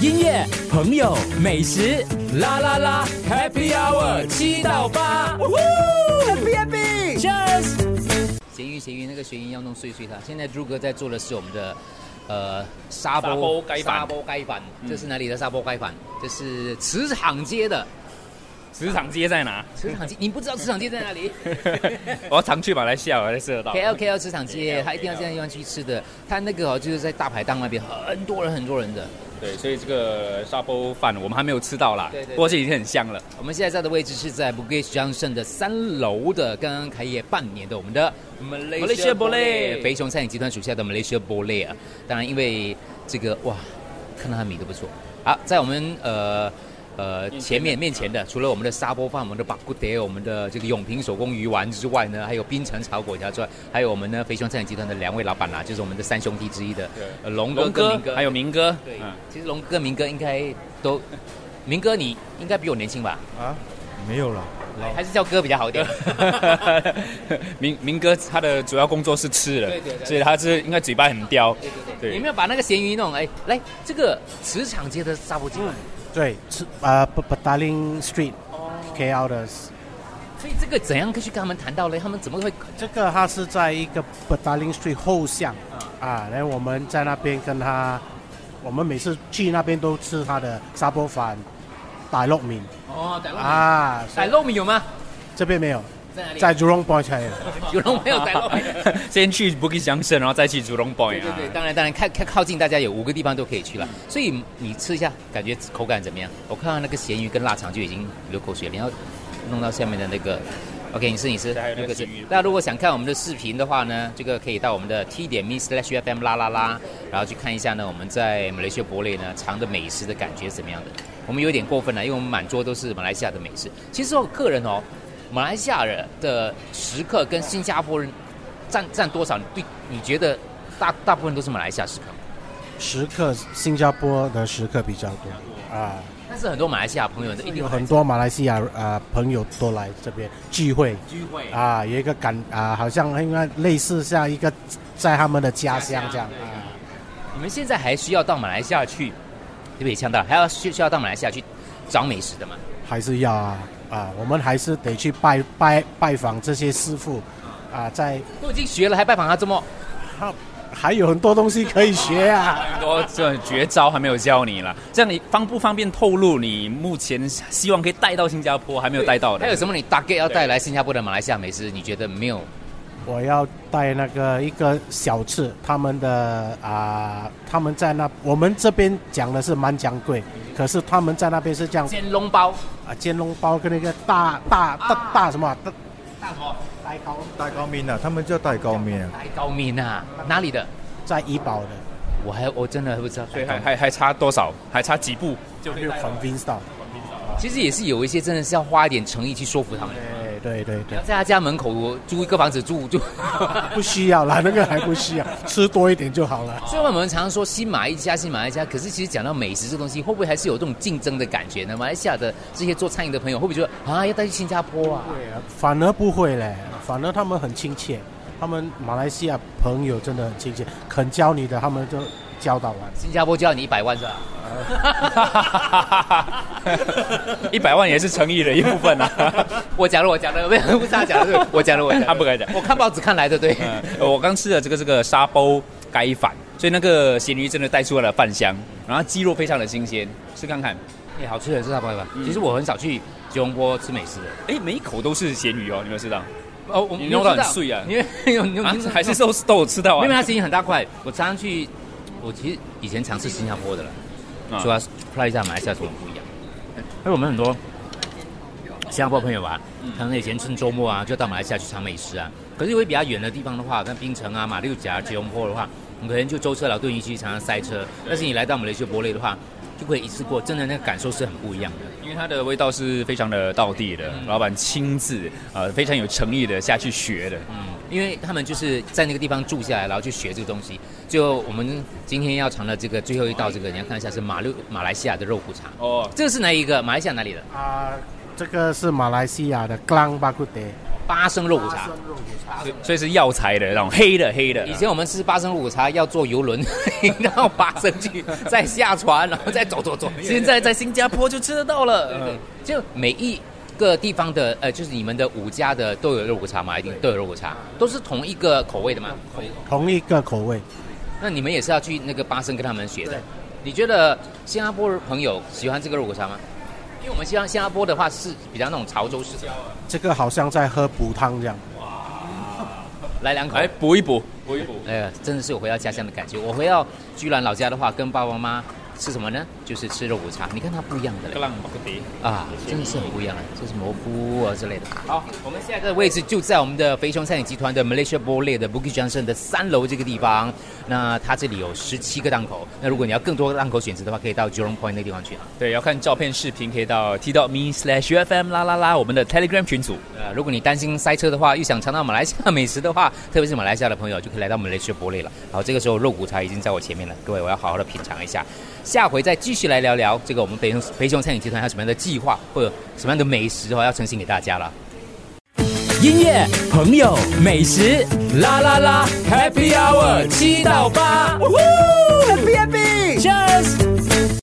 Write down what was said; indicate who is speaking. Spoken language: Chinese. Speaker 1: 音乐、朋友、美食，啦啦啦，Happy Hour 七到八，Happy Happy，Cheers。
Speaker 2: 咸鱼咸鱼那个咸鱼要弄碎碎它。现在朱哥在做的是我们的呃
Speaker 3: 沙
Speaker 2: 沙
Speaker 3: 煲盖饭
Speaker 2: 沙煲盖饭，这是哪里的沙煲盖饭？这是磁场街的。
Speaker 3: 职场街在 哪？
Speaker 2: 磁场街，你不知道磁场街在哪里
Speaker 3: 我要常去马来西亚，我才吃得到。
Speaker 2: ？K L K L 磁场街，他一定要这样地方去吃的。他那个哦，就是在大排档那边，很多人很多人的。
Speaker 3: 对，所以这个沙煲饭我们还没有吃到啦，
Speaker 2: 对对对
Speaker 3: 不过这已经很香了。
Speaker 2: 我们现在在的位置是在 Bugis Junction 的三楼的，刚刚开业半年的我们的
Speaker 3: Malaysia Boleh
Speaker 2: 肥熊餐饮集团属下的 Malaysia Boleh 啊。当然，因为这个哇，看到它米都不错。好，在我们呃呃
Speaker 3: 面前的
Speaker 2: 前面面前的，除了我们的沙煲饭、我们的巴古德、我们的这个永平手工鱼丸之外呢，还有冰城炒粿条之外，还有我们呢肥熊餐饮集团的两位老板啦，啊就是我们的三兄弟之一的
Speaker 3: 对
Speaker 2: 呃龙哥
Speaker 3: 龙
Speaker 2: 跟
Speaker 3: 哥
Speaker 2: 明哥，
Speaker 3: 还有明哥，
Speaker 2: 对
Speaker 3: 嗯，
Speaker 2: 其实龙哥、明哥应该都，明哥你应该比我年轻吧？
Speaker 4: 啊，没有了，
Speaker 2: 还是叫哥比较好一点。
Speaker 3: 嗯 明明哥他的主要工作是吃的，
Speaker 2: 对对对
Speaker 3: 所以他是应该嘴巴很刁。
Speaker 2: 你们要把那个咸鱼弄哎，来这个磁场街的沙煲鸡饭，
Speaker 4: 对，吃啊，不不达林 Street KL 的
Speaker 2: 所以这个怎样去跟他们谈到嘞？他们怎么会
Speaker 4: 这个，它是在一个不达林 Street 后巷啊，然后我们在那边跟他，我们每次去那边都吃他的沙煲饭、大肉面
Speaker 2: 哦逮啊？
Speaker 4: 啊，
Speaker 2: 逮肉米有吗？
Speaker 4: 这边没有，
Speaker 2: 在啊哪里？
Speaker 4: 在 Jurong Point 才有。
Speaker 2: 有人没有逮肉 米？
Speaker 3: 先去 Bukit Junction，然后再去 Jurong Point
Speaker 2: 对对
Speaker 3: 啊
Speaker 2: 对，当然当然，看看靠近大家有五个地方都可以去了。所以嗯你吃一下，感觉口感怎么样？我看到那个咸鱼跟腊肠就已经流口水了，你要弄到下面的那个。OK，你吃你吃，
Speaker 3: 还有那个
Speaker 2: 是
Speaker 3: 咸鱼。
Speaker 2: 那如果想看我们的视频的话呢，这个可以到我们的 T 点 me slash FM 啦啦啦，然后去看一下呢，我们在马来西亚博类呢尝的美食的感觉怎么样的。我们有点过分了，因为我们满桌都是马来西亚的美食。其实我个人哦，马来西亚人的食客跟新加坡人占占多少？对，你觉得大大部分都是马来西亚食客吗，
Speaker 4: 食客，新加坡的食客比较多啊，
Speaker 2: 但是很多马来西亚朋友一定
Speaker 4: 有
Speaker 2: 有
Speaker 4: 很多马来西亚啊朋友都来这边聚会
Speaker 2: 聚会啊，
Speaker 4: 啊，有一个感啊，好像应该类似像一个在他们的家乡这样
Speaker 2: 家乡
Speaker 4: 啊。
Speaker 2: 你们现在还需要到马来西亚去，对不对？呛到，还要需需要到马来西亚去找美食的嘛？
Speaker 4: 还是要啊啊，我们还是得去拜拜拜访这些师傅啊，在
Speaker 2: 都已经学了，还拜访他这么
Speaker 4: 啊还有很多东西可以学啊。
Speaker 3: 很多这种绝招还没有教你啦，这样你方不方便透露你目前希望可以带到新加坡还没有带到的？
Speaker 2: 还有什么你大概要带来新加坡的马来西亚美食？你觉得没有？
Speaker 4: 我要带那个一个小吃，他们的啊，他们在那我们这边讲的是蛮讲贵，可是他们在那边是这样
Speaker 2: 煎笼包，
Speaker 4: 啊，煎笼包跟那个大大大大什么啊大
Speaker 2: 大什么？
Speaker 4: 大糕，
Speaker 5: 蛋糕面啊，他们叫蛋糕面啊，
Speaker 2: 白高面啊，哪里的？
Speaker 4: 在怡保的
Speaker 2: 我还我真的还不知道白
Speaker 3: 所以
Speaker 2: 高面。
Speaker 3: 还还还差多少？还差几步？
Speaker 4: 就可以 convince 到。
Speaker 2: 其实也是有一些真的是要花一点诚意去说服他们。
Speaker 4: 对对对
Speaker 2: 你
Speaker 4: 对
Speaker 2: 要，在他家门口租一个房子住住。
Speaker 4: 不 需要啦，那个还不需要，吃多一点就好了。
Speaker 2: 虽然我们常说新马一家，新马一家，可是其实讲到美食这东西，会不会还是有这种竞争的感觉呢？马来西亚的这些做餐饮的朋友，会不会觉得啊，要带去新加坡啊？
Speaker 4: 对啊，反而不会嘞，反而他们很亲切，他们马来西亚朋友真的很亲切，肯教你的，他们就教导完。
Speaker 2: 新加坡就要你一百万 是吧？
Speaker 3: 一百万也是诚意的一部分啊。
Speaker 2: 我讲了，我讲了，没有不是他讲的，对我讲了，我讲了
Speaker 3: 他不敢讲
Speaker 2: 我看报纸看来的，对。
Speaker 3: 嗯我刚吃的这个这个沙煲盖饭，所以那个咸鱼真的带出来了饭香，然后鸡肉非常的新鲜，试看看，
Speaker 2: 哎，好吃的是沙煲饭。其实我很少去吉隆坡吃美食的。
Speaker 3: 哎，每一口都是咸鱼哦，你有没有吃到？
Speaker 2: 哦，我
Speaker 3: 你弄到很碎啊
Speaker 2: 因为有你
Speaker 3: 啊
Speaker 2: 你，
Speaker 3: 还是都都有吃到
Speaker 2: 因
Speaker 3: 啊
Speaker 2: 为？它声音很大块。我常常去，我其实以前常吃新加坡的了，
Speaker 3: 啊
Speaker 2: 主要是 try 一下马来西亚什么不一样。因为我们很多新加坡朋友啊，
Speaker 3: 嗯
Speaker 2: 他们以前趁周末啊，就到马来西亚去尝美食啊。可是因为比较远的地方的话，像槟城啊、马六甲、吉隆坡的话，你可能就舟车劳顿一去，常常塞车。但是你来到马来西亚博类的话，就可以一次过，真的那个感受是很不一样的。
Speaker 3: 因为它的味道是非常的道地的，
Speaker 2: 嗯
Speaker 3: 老板亲自呃非常有诚意的下去学的。
Speaker 2: 嗯，因为他们就是在那个地方住下来，然后去学这个东西。就我们今天要尝的这个最后一道，这个你要看一下是马六马来西亚的肉骨茶，
Speaker 3: 哦，
Speaker 2: 这个是哪一个？马来西亚哪里的？
Speaker 4: 啊、这个是马来西亚的 Klang b a g u t e
Speaker 2: 八升肉骨茶。
Speaker 3: 所以所以是药材的那种黑的黑的。
Speaker 2: 以前我们吃八升肉骨茶要坐游轮， 然后 爬升去，再下船，然后再走走走。
Speaker 3: 现在在新加坡就吃得到了。
Speaker 2: 对，就每一个地方的呃，就是你们的五家的都有肉骨茶嘛，一定都有肉骨茶，都是同一个口味的嘛。
Speaker 4: 同一个口味。
Speaker 2: 那你们也是要去那个巴生跟他们学的。你觉得新加坡朋友喜欢这个肉骨茶吗？因为我们希望新加坡的话是比较那种潮州式的，
Speaker 4: 这个好像在喝补汤这样。
Speaker 2: 来两口。
Speaker 3: 来补一补，补一补。
Speaker 2: 哎呀，真的是有回到家乡的感觉。我回到居然老家的话，跟爸爸妈妈吃什么呢？就是吃肉骨茶。你看它不一样的嘞
Speaker 3: 浪不迪。
Speaker 2: 啊，真的是很不一样啊，这是蘑菇啊之类的。好，我们现在的位置就在我们的肥熊餐饮集团的 Malaysia Boleh 的 Bukit Johnson 的三楼这个地方。那它这里有十七个档口，那如果你要更多的档口选择的话，可以到 Jurong Point 那个地方去啊。
Speaker 3: 对，要看照片、视频，可以到 t dot me slash fm 啦啦啦，我们的 Telegram 群组。
Speaker 2: 呃，如果你担心塞车的话，又想尝到马来西亚美食的话，特别是马来西亚的朋友，就可以来到 Malaysia Boleh 了。好，这个时候肉骨茶已经在我前面了，各位，我要好好的品尝一下。下回再继续来聊聊这个我们肥熊肥熊餐饮集团还有什么样的计划，或者什么样的美食哦，要呈现给大家了。
Speaker 1: 音乐、朋友、美食，啦啦啦，Happy Hour 七到八。呜呼